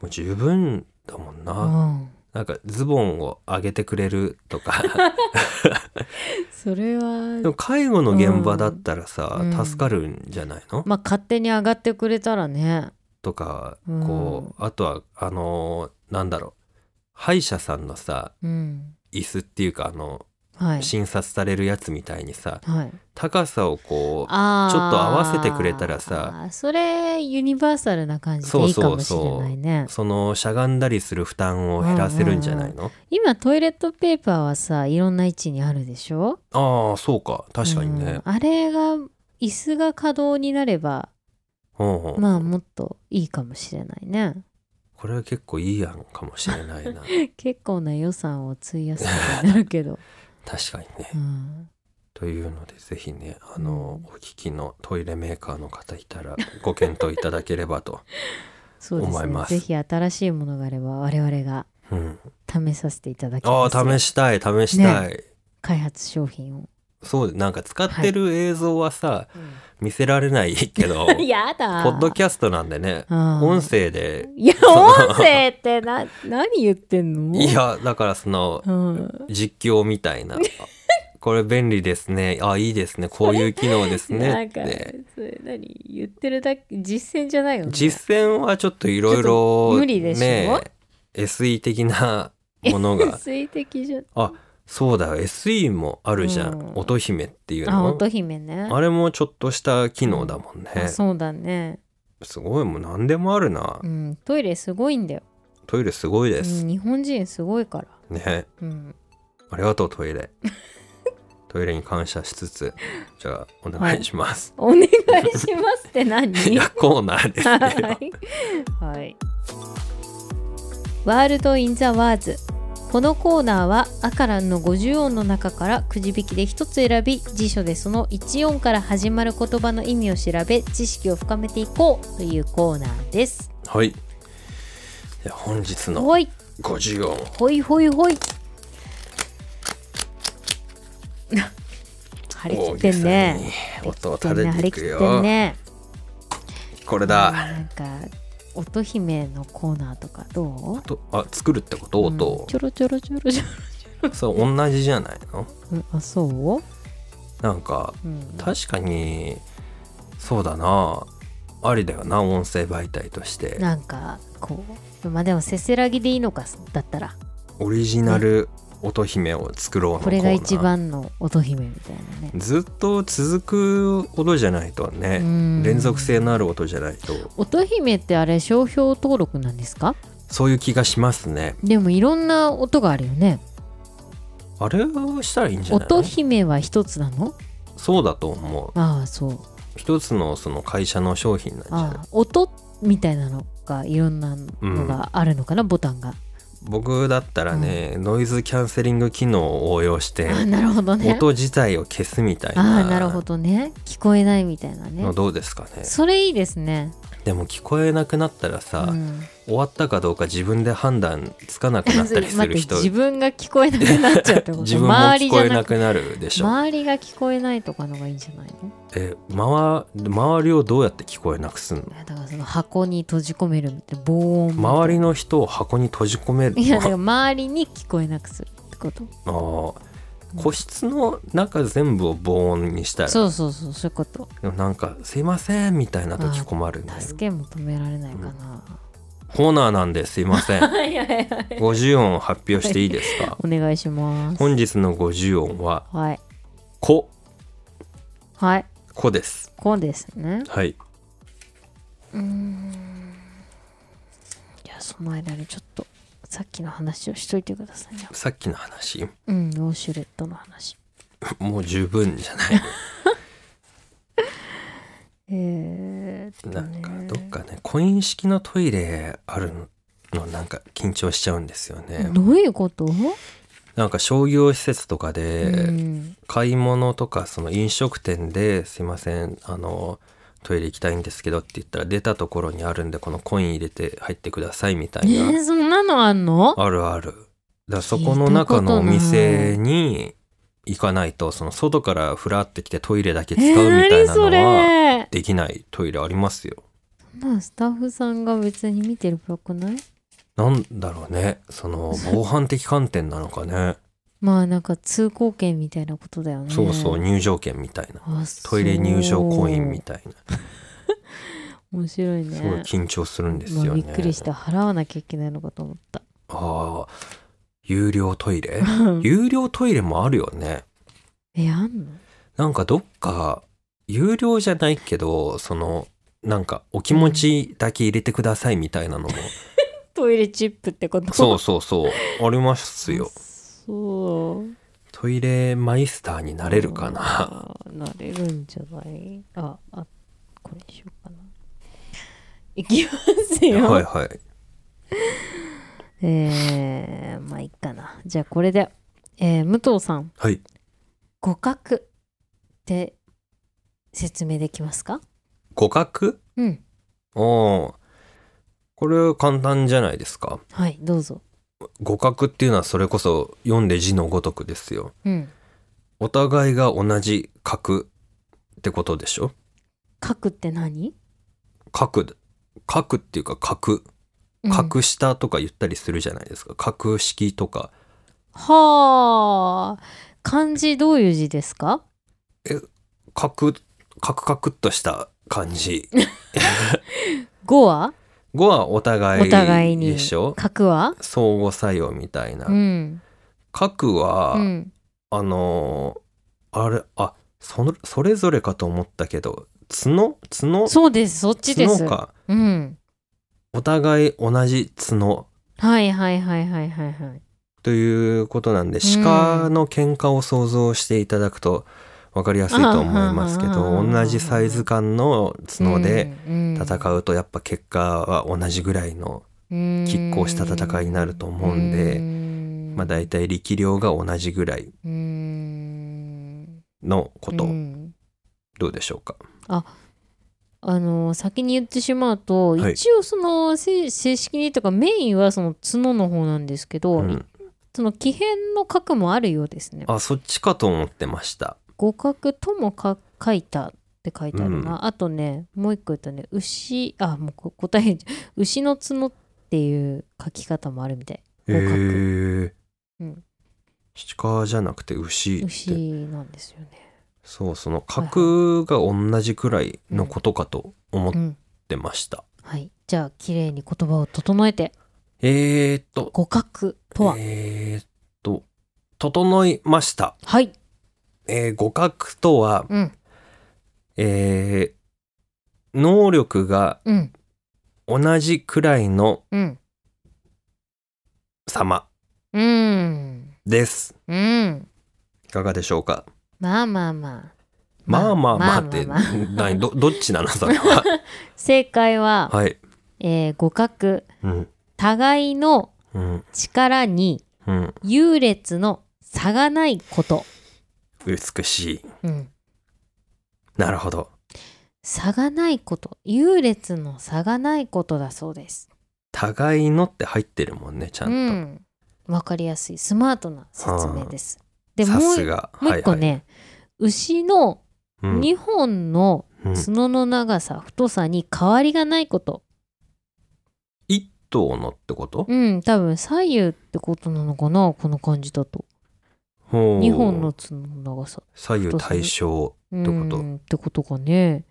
A: もう十分だもんな、
B: うん
A: なんかズボンを上げてくれると か
B: それは
A: でも介護の現場だったらさ、
B: うん
A: 助かるんじゃないの、
B: まあ勝手に上がってくれたらね
A: とか
B: うん
A: こう、あとはあのーなんだろう歯医者さんのさ
B: うん
A: 椅子っていうかあの
B: はい
A: 診察されるやつみたいにさ
B: はい
A: 高さをこう
B: あー
A: ちょっと合わせてくれたらさ
B: あーそれユニバーサルな感じで
A: そう
B: いいか
A: そ
B: も
A: う
B: し
A: そう
B: れないね
A: そのしゃがんだりする負担を減らせるんじゃないの、
B: 今トイレットペーパーはさいろんな位置にあるでしょ
A: ああそうか確かにね、
B: うんあれが椅子が可動になれば
A: うんうん
B: まあもっといいかもしれないね
A: これは結構いい案かもしれない な
B: 結構な予算を費やすことになるけど、
A: 確かにね
B: うん、
A: というのでぜひねあの、
B: う
A: お聞きのトイレメーカーの方いたらご検討いただければと、
B: そうで
A: 思
B: す
A: い
B: ね
A: ます
B: ぜひ新しいものがあれば我々が
A: うん、
B: 試させていただき
A: あ
B: ま
A: あ
B: すが
A: 試したい試したい、
B: 開発商品を、
A: そうなんか使ってる映像はさ、見せられない けど
B: やだ
A: ポッドキャストなんでね
B: あー
A: 音声で
B: いや音声ってな 何言ってんの
A: いやだからその
B: うん、
A: 実況みたいなあこれ便利ですねあいいですねこういう機能です
B: な
A: ね
B: ん
A: っ
B: か
A: て
B: それ何言ってるだけ実践じゃないよね
A: 実践はちょっといろい
B: ちょっ
A: ろ
B: と無理でしょ
A: ね SE 的なものが
B: 水滴じゃ
A: あそうだ SE もあるじゃん、
B: うん
A: 乙姫っていう
B: あ
A: の
B: 乙姫ね
A: あれもちょっとした機能だもんね、
B: あそうだね、
A: すごいもう何でもあるな、
B: うん、トイレすごいんだよ、
A: トイレすごいうです、
B: ん、日本人すごいから、
A: ね
B: うん、
A: ありがとうトイ レトイレに感謝しつつじゃあお願いします、
B: お願いしますって何
A: い、やコーナーですよ
B: はい、はい、ワールド・イン・ザ・ワーズこのコーナーはアカランの50音の中からくじ引きで1つ選び辞書でその1音から始まる言葉の意味を調べ知識を深めていこうというコーナーです。
A: はいじゃあ本日の
B: ほい
A: 50音
B: ほいほい ほい張り切ってんね。
A: 大げさに音を
B: 張
A: 立てて
B: り切ってんね張り
A: いく
B: 切っ
A: よ
B: てんね。
A: これ
B: うん
A: だ
B: なんか乙姫のコーナーとかどう
A: とあ作るってこと音
B: うん
A: を
B: ち、ょろちょろちょろちょ
A: そう同じじゃないの
B: ろうんあそう、
A: なんか
B: うん、
A: 確かにそうだなありだよな音声媒体として
B: なんかこうまあでもせせらぎでいいのかだったら
A: オリジナル乙姫を作ろうの
B: これが
A: コーナー
B: 一番の乙姫みたいなね
A: ずっと続くほどじゃないと
B: う
A: ね
B: ん
A: 連続性のある音じゃないと
B: 乙姫ってあれ商標登録なんですか
A: そういう気がしますね
B: でもいろんな音があるよね
A: あれをしたらいいんじゃない
B: 乙姫は一つなの
A: そうだと思う
B: ああそう
A: 一つのその会社の商品なんじゃない
B: あ音みたいなのがいろんなのがあるのかな、ボタンが
A: 僕だったらね、ノイズキャンセリング機能を応用して
B: あなるほどね
A: 音自体を消すみたい
B: ああ
A: な
B: なるほどね聞こえないみたいなね
A: のどうですかね
B: それいいですね
A: でも聞こえなくなったらさ、
B: うん、
A: 終わったかどうか自分で判断つかなくな っ
B: 待
A: た
B: っ
A: り
B: て
A: する人
B: 自分が聞こえなくなっちゃうってこと
A: 自分も
B: 周
A: 聞
B: りじ
A: こ
B: ゃ
A: え
B: な
A: な
B: く
A: くなるでしょ
B: 周りが聞こえないとかのがいいんじゃないの
A: え周周りをどうやって聞こえなくすんの
B: いやだからその箱に閉じ込めるみたいな防音みたいな
A: 周りの人を箱に閉じ込める
B: いやだから周りに聞こえなくするってこと
A: あー個室の中全部を防音にしたら
B: そうそうそうそういうこと
A: でもなんか「すいません」みたいな時困るね
B: 助け求められないかな、
A: コーナーなんですいません
B: はいはいはい
A: 50音発表していいですか
B: お願いします
A: 本日の50音は
B: はい
A: 「こ
B: はい」
A: 「こ」です
B: こうですね
A: はい、
B: うーんいやその間にちょっとさっきの話をしといてくださいね
A: さっきの話
B: うんウォシュレットの話
A: もう十分じゃない
B: えー、っと
A: なん
B: ね
A: かどっかねコイン式のトイレあるのなんか緊張しちゃうんですよね、
B: どういうこと、
A: なんか商業施設とか
B: う
A: で
B: ん
A: 買い物とかその飲食店で「すいませんあのトイレ行きたいんですけど」って言ったら出たところにあるんでこのコイン入れて入ってくださいみた
B: え
A: いな、
B: ー、そんなのあんの
A: あるあるだからそこの中のお店に行かないとその外からふらってきてトイレだけ使う
B: えー、
A: みたい
B: 何
A: な
B: そ
A: のは
B: れ
A: できないトイレありますよ
B: そんなんスタッフさんが別に見てるっぽくない
A: なんだろうねその防犯的観点なの かね
B: まあなんか通行券みたいなことだよね
A: そうそう入場券みたいな
B: あ
A: トイレ入場コインみ
B: い
A: たいな
B: 面白いね
A: すごい緊張するんです
B: ま
A: よ
B: あ、
A: ね、
B: びっくりした払わなきゃいけないのかと思った
A: ああ有料トイレ有料トイレもあるよね
B: えあんの
A: なんかどっか有料じゃないけどそのなんかお気持ちだけ入れてくださいみたい なのも、
B: トイレチップってこと
A: そうそうそうありますよ
B: そう
A: トイレマイスターになれるかな
B: うんなれるんじゃないああこれにしようかないきますよ、
A: はいはい
B: えー、まあいいかなじゃあこれで、えー、武藤さん
A: はい
B: 互角って説明できますか
A: 互角
B: うん
A: おーこれ簡単じゃないですか
B: はいどうぞ
A: 互角っていうのはそれこそ読んで字のごとくですよ
B: うん
A: お互いが同じ角ってことでしょ
B: 角って何
A: 角角っていうか角
B: うん
A: 角下とか言ったりするじゃないですか角式とか
B: はあ漢字どういう字ですか
A: 角カクカクっとした感じ
B: 語は
A: 語はお互
B: お互い
A: い
B: に
A: でしょ
B: 角は
A: 相互作用みたいな、
B: うん
A: 角は、
B: うん
A: あのーあれあそのそれぞれかと思ったけど角角
B: そうですそっちです
A: 角か
B: うん
A: お互い同じ角
B: はいはいはいはいはいはい
A: ということなんで
B: うん
A: 鹿の喧嘩を想像していただくと分かりやすいと思いますけ
B: あははは
A: ど
B: は
A: 同じサイズ感の角で
B: うん
A: 戦うとやっぱ結果は同じぐらいの
B: うん
A: 拮抗した戦いになると思うんで
B: うん
A: まあ大体力量が同じぐらい
B: うん
A: のこと、
B: うん
A: どうでしょうか
B: あの先に言ってしまうと、
A: はい
B: 一応そのせ正式にというかメインはその角の方なんですけど、
A: うん
B: その奇変の角もあるようですね
A: あそっちかと思ってました
B: 互角ともか書いたって書いてあるな、あとねもう一個言ったね牛あもうこ答え じゃん牛の角っていう書き方もあるみたい
A: へ
B: 互角
A: え
B: うん
A: 鹿じゃなくて牛って
B: 牛なんですよね
A: そうその
B: はい
A: 角が同じくらいのことかと思っ
B: うん
A: てました、
B: はいじゃあ綺麗に言葉を整えて
A: えー、っと
B: 互角とは、
A: えー、っと整いました、
B: はい
A: えー、互角とは、
B: うん
A: えー能力が
B: うん
A: 同じくらいの
B: うん
A: 様
B: うん
A: です
B: うん
A: いかがでしょうか
B: まあまあまあ
A: まあまあまあって、
B: まあまあ
A: 何ど どっちなのそれは
B: 正解は、
A: はい
B: えー互角
A: うん
B: 互いの
A: うん
B: 力に
A: うん
B: 優劣の差がないこと、
A: 美しい
B: うん、
A: なるほど
B: 差がないこと優劣の差がないことだそうです
A: 互いのって入ってるもんねちゃ
B: うんんわかりやすいスマートな説明です
A: と、
B: でも
A: さ
B: う
A: すが
B: もう一個ね、牛の
A: はいはい
B: 2本の
A: うんうん
B: 角の長さ、太さに変わりがないこと
A: 一頭のってこと
B: うん多分左右ってことなのかなこの感じだと
A: ほう
B: 2本の角の長さ
A: 左右対称
B: って
A: てこと
B: ってことかね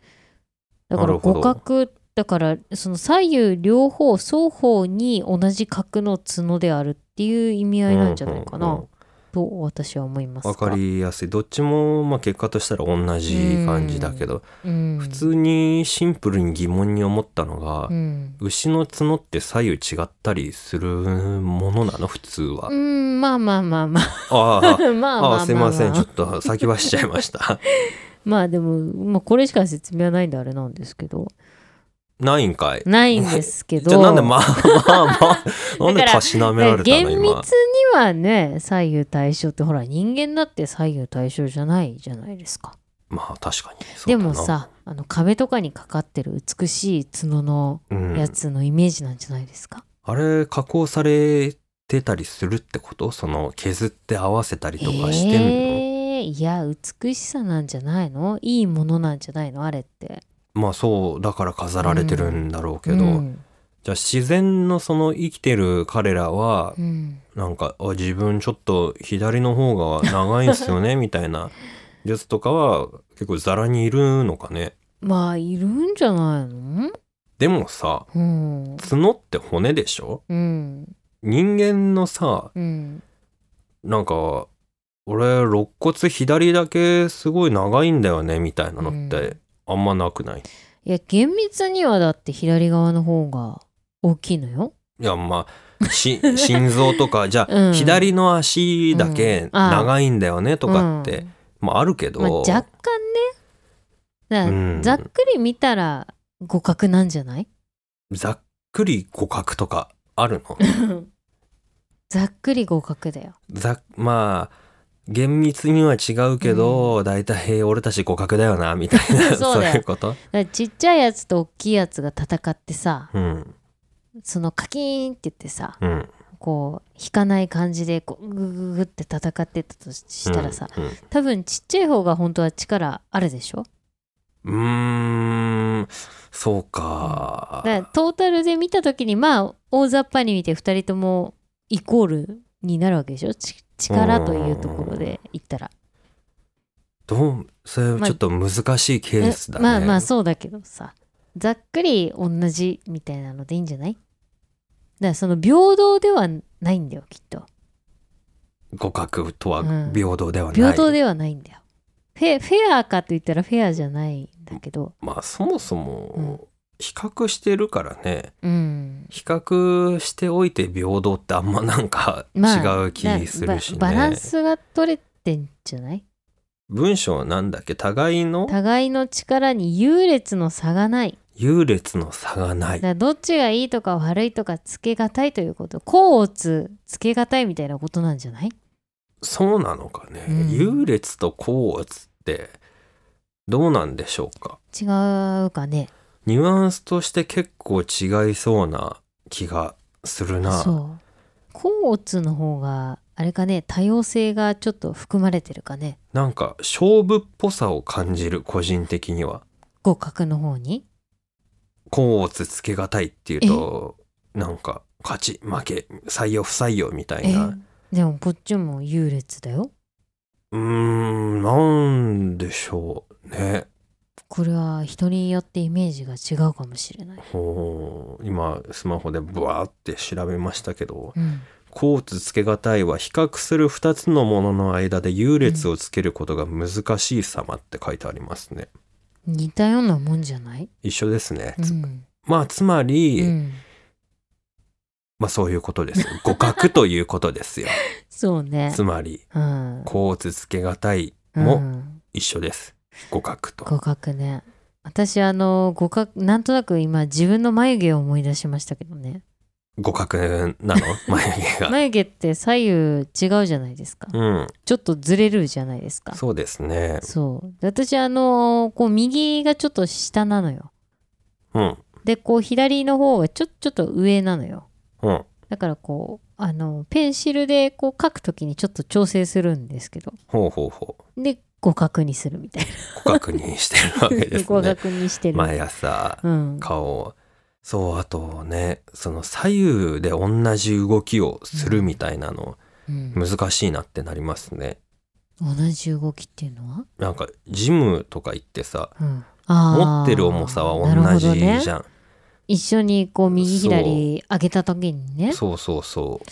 B: だから
A: なるほど
B: 互角だからその左右両方双方に同じ角の角であるっていう意味合いなんじゃないかな、
A: うんうんうん
B: と私は思いますが
A: わかりやすいどっちも、まあ、結果としたら同じ感じだけど、
B: うん
A: 普通にシンプルに疑問に思ったのが、
B: うん、
A: 牛の角って左右違ったりするものなの普通は、
B: うん、まあまあまあまあ
A: ああ
B: まあまあまあ
A: ああすいませんちょっ
B: と
A: と先走っちゃいました
B: まあでも、まあ、これしか説明はないんであれなんですけど
A: ないんかい
B: ないんですけど
A: じゃあなんで まあまあまあなんでたしなめられたの
B: 厳
A: 今
B: 密にはね左右対称ってほら人間だって左右対称じゃないじゃないですか
A: まあ確かにそう
B: で
A: だな
B: もさあの壁とかにかかってる美しい角の
A: うん
B: やつのイメージなんじゃないですか、
A: あれ加工されてたりするってことその削って合わせたりとかしてんの、
B: えーいや美しさなんじゃないのいいものなんじゃないのあれって。
A: まあそうだから飾られてるんだろうけど、
B: うん
A: じゃあ自然のその生きてる彼らは
B: うん
A: なんかあ自分ちょっと左の方が長いんすよ ねみたいなやつとかは結構ざらにいるのかね
B: まあいるんじゃないの
A: でもさ
B: うん
A: 角って骨でしょ
B: うん
A: 人間のさ
B: うん
A: なんか俺肋骨左だけすごい長いんだよねみたいなのっ
B: うん
A: てあんまなくない、
B: いや厳密にはだって左側の方が大きいのよ。
A: いやまあし 心臓とかじゃあ、
B: うん
A: 左の足だけ長いんだよねとかって、
B: うん
A: まああるけど、
B: まあ、若干ねだから
A: うん
B: ざっくり見たら互角なんじ ゃない
A: ざっくり互角とかあるの
B: ざっくり合格だよ。
A: ざ まあ厳密には違うけど、だいたい俺たち互角だよなみたいな
B: そう
A: そう
B: だよ
A: いうこと、
B: だからちっちゃいやつと大きいやつが戦ってさ
A: うん
B: そのカキーンって言ってさ
A: うん、
B: こう引かない感じでこうググググって戦ってたとしたらさ、
A: うんうん
B: 多分ちっちゃい方が本当は力あるでしょ
A: うーん、そう
B: だ
A: か
B: か。らトータルで見た時にまあ大雑把に見て2人ともイコールになるわけでしょち力というところで言ったら、
A: どう、それ
B: まあ
A: ちょっと難しいケースだね。
B: まあまあそうだけどさざっくり同じみたいなのでいいんじゃないだからその平等ではないんだよきっと
A: 互角とは
B: うん
A: 平等ではない。
B: 平等ではないんだよ、フェフェアかと言ったらフェアじゃないんだけど
A: まあそもそも、比較してるからね、
B: うん
A: 比較しておいて平等ってあんまなんか違
B: まあ
A: う気するしね。
B: ババランスが取れてんじゃない
A: 文章なんだっけ互いの
B: 互いの力に優劣の差がない
A: 優劣の差がな
B: だ
A: い
B: か。らどっちがいいとか悪いとかつけがたいということ甲乙つけがたいみたいなことなんじゃない
A: そうなのかね。
B: うん
A: 優劣と高圧ってどうなんでしょうか
B: 違うかね
A: ニュアンスとして結構違いそうな気がするな。
B: そう甲乙の方があれかね多様性がちょっと含まれてるかね
A: なんか勝負っぽさを感じる個人的には。
B: 互角の方に
A: コーつけがたいっていうとなんか勝ち負け採用不採用みたいな。
B: えでもこっちも優劣だよ
A: うーんなんでしょうね。
B: これは人によってイメージが違うかもしれない。
A: ほう今スマホでブワーって調べましたけど
B: うん、
A: コーツつけがたいは比較する2つのものの間で優劣をつけることが難しい様って書いてありますね。
B: 似たようなもんじゃない、
A: 一緒ですね。
B: うん
A: まあつまり、
B: うん
A: まあそういうことです。互角ということですよ。
B: そうね。
A: つまり、
B: うん
A: こうつけがたい
B: うん
A: も一緒です。互角と
B: 互角ね私あの互角なんとなく今自分の眉毛を思い出しましたけどね
A: 互角なの 眉毛が、
B: 眉毛って左右違うじゃないですか、
A: うん
B: ちょっとずれるじゃないですか
A: そうですね
B: そうで私あのこう右がちょっと下なのよ
A: うん
B: でこう左の方がちょちょっと上なのよ
A: うん
B: だからこうあのペンシルでこう書くときにちょっと調整するんですけど
A: ほうほうほう
B: で互角にするみたい
A: 互角にしてるわけ
B: な
A: です
B: 互
A: ね
B: 角にしてる、
A: 毎朝
B: うん、
A: 顔をそうあとねその左右で同じ動きをするみたいなの
B: うん
A: 難しいなってなりますね
B: 同じ動きっていうのは、
A: なんかジムとか行ってさ
B: うん、あ
A: 持
B: ー
A: ってる重さ
B: な
A: は
B: る
A: 同
B: ほど
A: じじ
B: ね
A: ゃん、
B: 一緒にこう右左上げた時にね
A: そうそうそう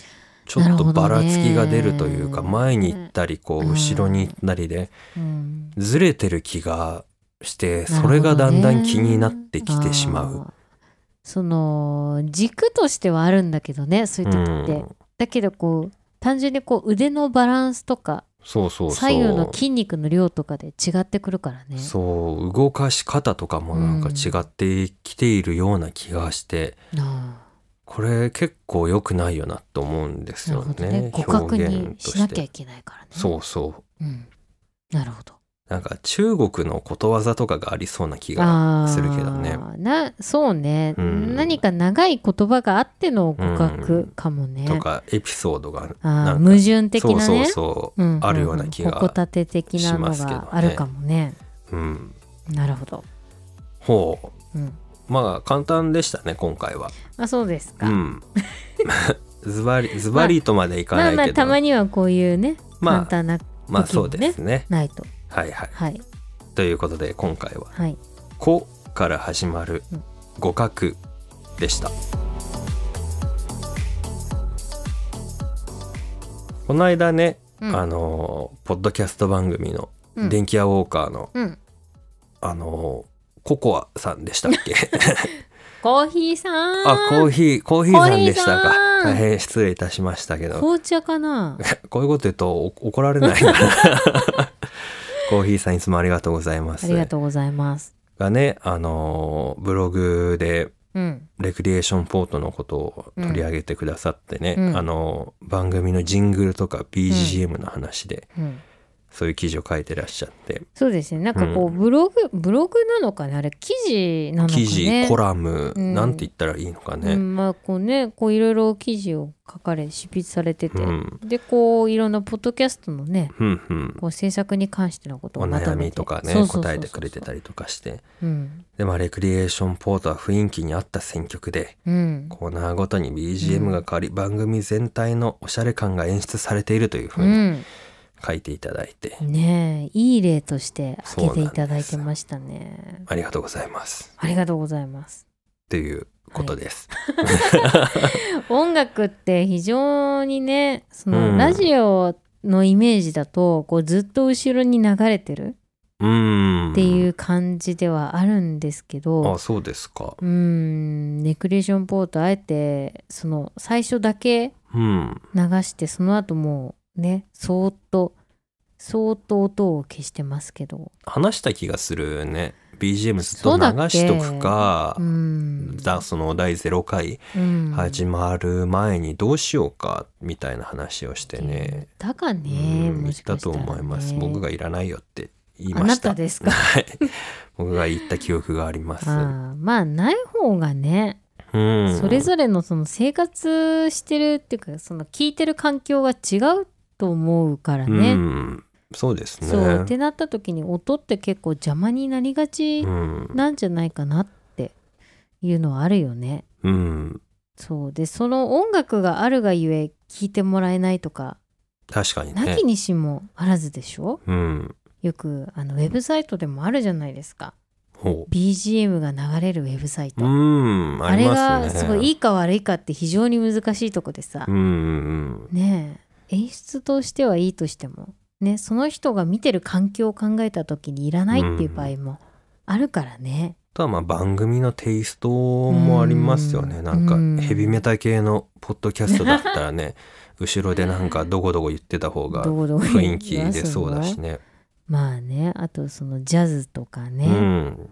A: ちょ
B: なる
A: っ
B: ほど
A: と
B: ね
A: ばらつきが出るというか前に行ったりこ
B: うん
A: う後ろに行ったりで
B: うん
A: ずれてる気がして
B: なる
A: そ
B: ほどね
A: れがだんだん気になってきてしまう。
B: あーその軸としてはあるんだけどねそういうう時って、
A: ん、
B: だけどこう単純にこう腕のバランスとか
A: そうそうそう
B: 左右の筋肉の量とかで違ってくるからね
A: そう動かし方とかもなんか違ってきているような気がして、
B: あ
A: これ結構良くないよなと思うんで
B: ー
A: す
B: なる
A: よ
B: ほど
A: ね
B: ね互角
A: 表
B: に
A: 現と
B: しな
A: し
B: き
A: て
B: ゃいけないからね、
A: そうそう
B: ん、なるほど
A: うなんか中国のことわざとかがありそうな気が
B: あ
A: するけどね
B: ーなそうね、
A: うん
B: 何か長い言葉があっての互
A: う
B: 角
A: ん
B: かもね、
A: とかエピソードが
B: あ
A: な
B: ー
A: んか
B: 矛盾的なね
A: そうそうそう、
B: うん
A: あるような気
B: んんほこ
A: が、
B: たて的なの
A: しますけどね
B: があるかもね
A: うん、
B: なるほど、
A: ほ
B: うん、
A: うまあ簡単でしたね今回は
B: あそうですか、
A: うん ズバリズバリとまでいか
B: ま
A: な
B: あ
A: い
B: まあ
A: けど
B: たまにはこういうね、
A: ま
B: 簡
A: あ
B: 単な
A: まあそうですね
B: ないと
A: はいはい
B: はい
A: ということで今回は
B: はい
A: 「こ」から始まる
B: うん
A: 互角でした、この間ね、
B: うん
A: あのーポッドキャスト番組の「
B: うん
A: 電気屋ウォーカーの」
B: うん
A: あのーココアさんでしたっけ
B: コーヒーさん
A: あコーヒーコーヒーさんでした
B: コーヒーさん
A: か大変失礼いたしましたけど
B: 紅茶 かな
A: こういうこと言うとお怒られない かなコーヒーさんいつもありがとうございます
B: ありがとうございます
A: がねあのーブログで
B: うん
A: レクリエーションポートのことを取り上げてくださってね、
B: うん
A: あの番組のジングルとか BGM の話で、
B: うん
A: そういう記事を書いてらっしゃって
B: そうですねなんかこうブログ、ブログなのかねあれ記事なのかね
A: 記事コラム、
B: うん
A: なんて言ったらいいのか
B: う
A: ね、
B: ん、まあこうねこういろいろ記事を書かれ執筆されて
A: う
B: て、
A: ん
B: でこういろんなポッドキャストのね
A: うんうん、
B: こう制作に関してのこと
A: お
B: をまと
A: 悩
B: め
A: み
B: て
A: とかね答えてくれてた
B: り
A: りとかして
B: うん
A: で、まあ、レクリエーションポートは雰囲気に合った選曲で
B: うん
A: コーナーごとに BGM が変わり、番組全体のおしゃれ感が演出されているというふうに書いていただいて、
B: うんねえいい例として挙げていただい
A: そ
B: て
A: うなんです
B: ましたね
A: ありがとうございます
B: ありがとうございます
A: ということです。
B: 音楽って非常にねその、
A: うん
B: ラジオのイメージだとこうずっと後ろに流れてる
A: うん
B: っていう感じではあるんですけど、
A: あそうですか。
B: うーんレクリエーションポートあえてその最初だけ
A: うん。
B: 流してその後もうねそーっとそーっと音を消してますけど
A: 話した気がするね。BGM ずっ
B: そ
A: と
B: うだっ
A: 流
B: け
A: しとくか
B: うー、ん
A: だその第0回
B: うん
A: 始まる前にどうしようかみたいな話をしてね。
B: だか
A: う
B: ね
A: ん
B: も
A: 言っ
B: しか
A: た
B: した
A: と
B: ら、ね、
A: 思います。僕がいらないよって言い
B: あ
A: ま
B: な
A: した。
B: たですか
A: はい。 僕が言った記憶があります。
B: あーまあない方がね、
A: うん。
B: それぞれのその生活してるっていうかその聞いてる環境が違うと思うからね、
A: うん。そうですね。
B: そうってなった時に音って結構邪魔になりがち
A: うん。
B: なんじゃないかなっていうのはあるよね。
A: うん。
B: そうでその音楽があるがゆえ聞いてもらえないとか
A: 確かに
B: な
A: ね
B: き。にしもあらずでしょ
A: うん。
B: よくあのウェブサイトでもあるじゃないですか
A: ほ
B: BGM が流れるウェブサイ
A: う。
B: ト、
A: うん。
B: あ
A: あり
B: れ
A: ますね。
B: がすごいいいか悪いかって非常に難しいとこでさ、
A: うんうんうん。
B: ねえ演出としてはいいとしてもねその人が見てる環境を考えた時にいらないっていう場合もあるからね、
A: あとはまあ番組のテイストもありますよね。
B: うん
A: なんか
B: うん
A: ヘビメタ系のポッドキャストだったらね、後ろでなんかどこどこ言ってた方が
B: どこどこ
A: 雰囲気出そうだしね。
B: まあねあとそのジャズとかね、
A: うん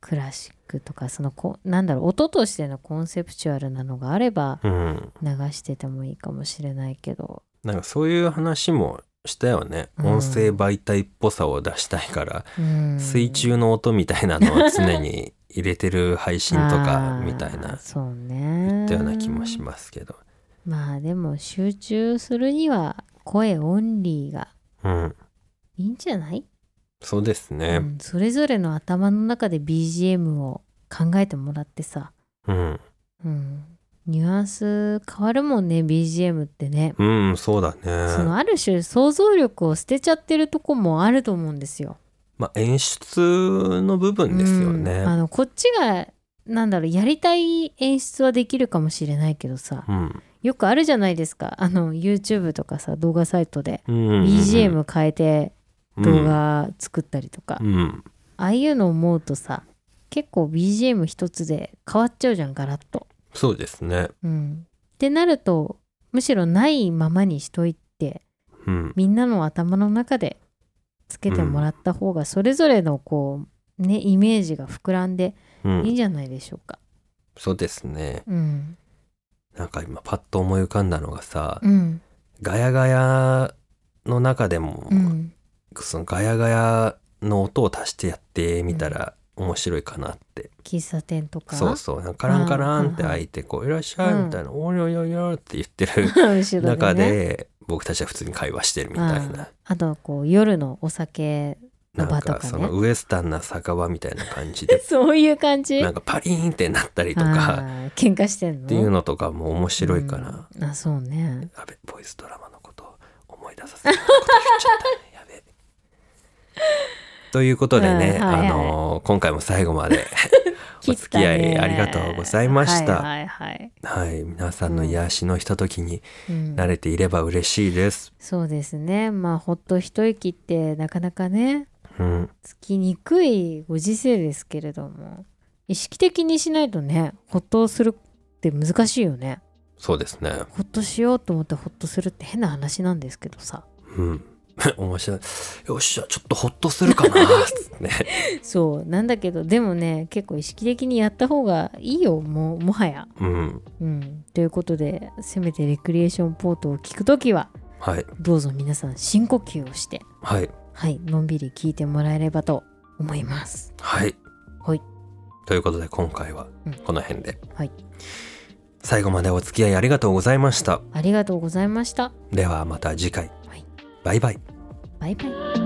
B: クラシックとかそのこなんだろう音としてのコンセプチュアルなのがあれば
A: うん、
B: 流しててもいいかもしれないけど
A: なんかそういう話もしたよね、
B: うん
A: 音声媒体っぽさを出したいから、
B: うん
A: 水中の音みたいなのを常に入れてる配信とかみたい
B: あー
A: な
B: そう
A: 言
B: ね
A: ったような気もしますけど、
B: まあでも集中するには声オンリーが
A: うん、
B: いいんじゃない、
A: そうです
B: う
A: ね、
B: んそれぞれの頭の中で BGM を考えてもらってさ、
A: うん、
B: うん、ニュアンス変わるもんね BGM ってね、
A: うん、そうだ
B: そ
A: ね。
B: のある種想像力を捨てちゃってるとこもあると思うんですよ。
A: まあ演出の部分ですよ
B: うんあ
A: ね。
B: のこっちがなんだろうやりたい演出はできるかもしれないけどさ
A: うん、
B: よくあるじゃないですかあの YouTube とかさ動画サイトで
A: うんうんうん
B: BGM 変えて動画作ったりとか、
A: うん、うん
B: ああいうの思うとさ結構 BGM 一つで変わっちゃうじゃんガラッと。
A: そうですね。
B: うん、ってなるとむしろないままにしといて
A: うん、
B: みんなの頭の中でつけてもらった方がそれぞれのこうねイメージが膨らんで
A: う
B: いいん
A: ん、
B: じゃないでしょうか。
A: そうですね。
B: うん、
A: なんか今パッと思い浮かんだのがさ、
B: うん、
A: ガヤガヤの中でも、
B: うん、
A: そのガヤガヤの音を足してやってみたら面白いかなって。
B: 喫茶店とか
A: そうそう、なんかカランカランって開いて、こういらっしゃいみたいな、おりおりおりおりって言って る
B: 後ろ
A: 中
B: で、ね、
A: で、僕たちは普通に会話してるみたいな。
B: あとこう夜のお酒
A: な
B: の
A: ん
B: 場と
A: か
B: かね
A: そのウエスタンな酒場みたいな感じ で
B: そういう感じ
A: なんかパリーンってなったりとか
B: あー喧嘩してんの
A: っていうのとかも面白いかな、
B: うんあそうね
A: やべボイスドラマのことを思い出させること言っちゃったやべということでね、
B: うんはいはい
A: あのー今回も最後ま でお付き合いありがとうございました
B: はいはいはい、
A: はい、皆さんの癒しのひとときに
B: うん
A: 慣れていれば嬉しいです、
B: そうですねまあほっと一息ってなかなかね
A: うん、
B: つきにくいご時世ですけれども意識的にしないとねほっとするって難しいよね
A: そうですね
B: ほっとしようと思ってほっとするって変な話なんですけどさ
A: うん 面白いよっしゃちょっとホッとする かなつってね
B: そうなんだけどでもね結構意識的にやった方がいいよもうもはや
A: うん
B: うん、ということでせめてレクリエーションポートを聞くときは
A: はい
B: どうぞ皆さん深呼吸をして
A: はい
B: はいのんびり聞いてもらえればと思います。
A: はい。
B: はい
A: ということで今回は
B: うん
A: この辺で、
B: はい
A: 最後までお付き合いありがとうございました。
B: ありがとうございました。
A: ではまた次回。
B: はい
A: バイバイ。
B: バイバイ。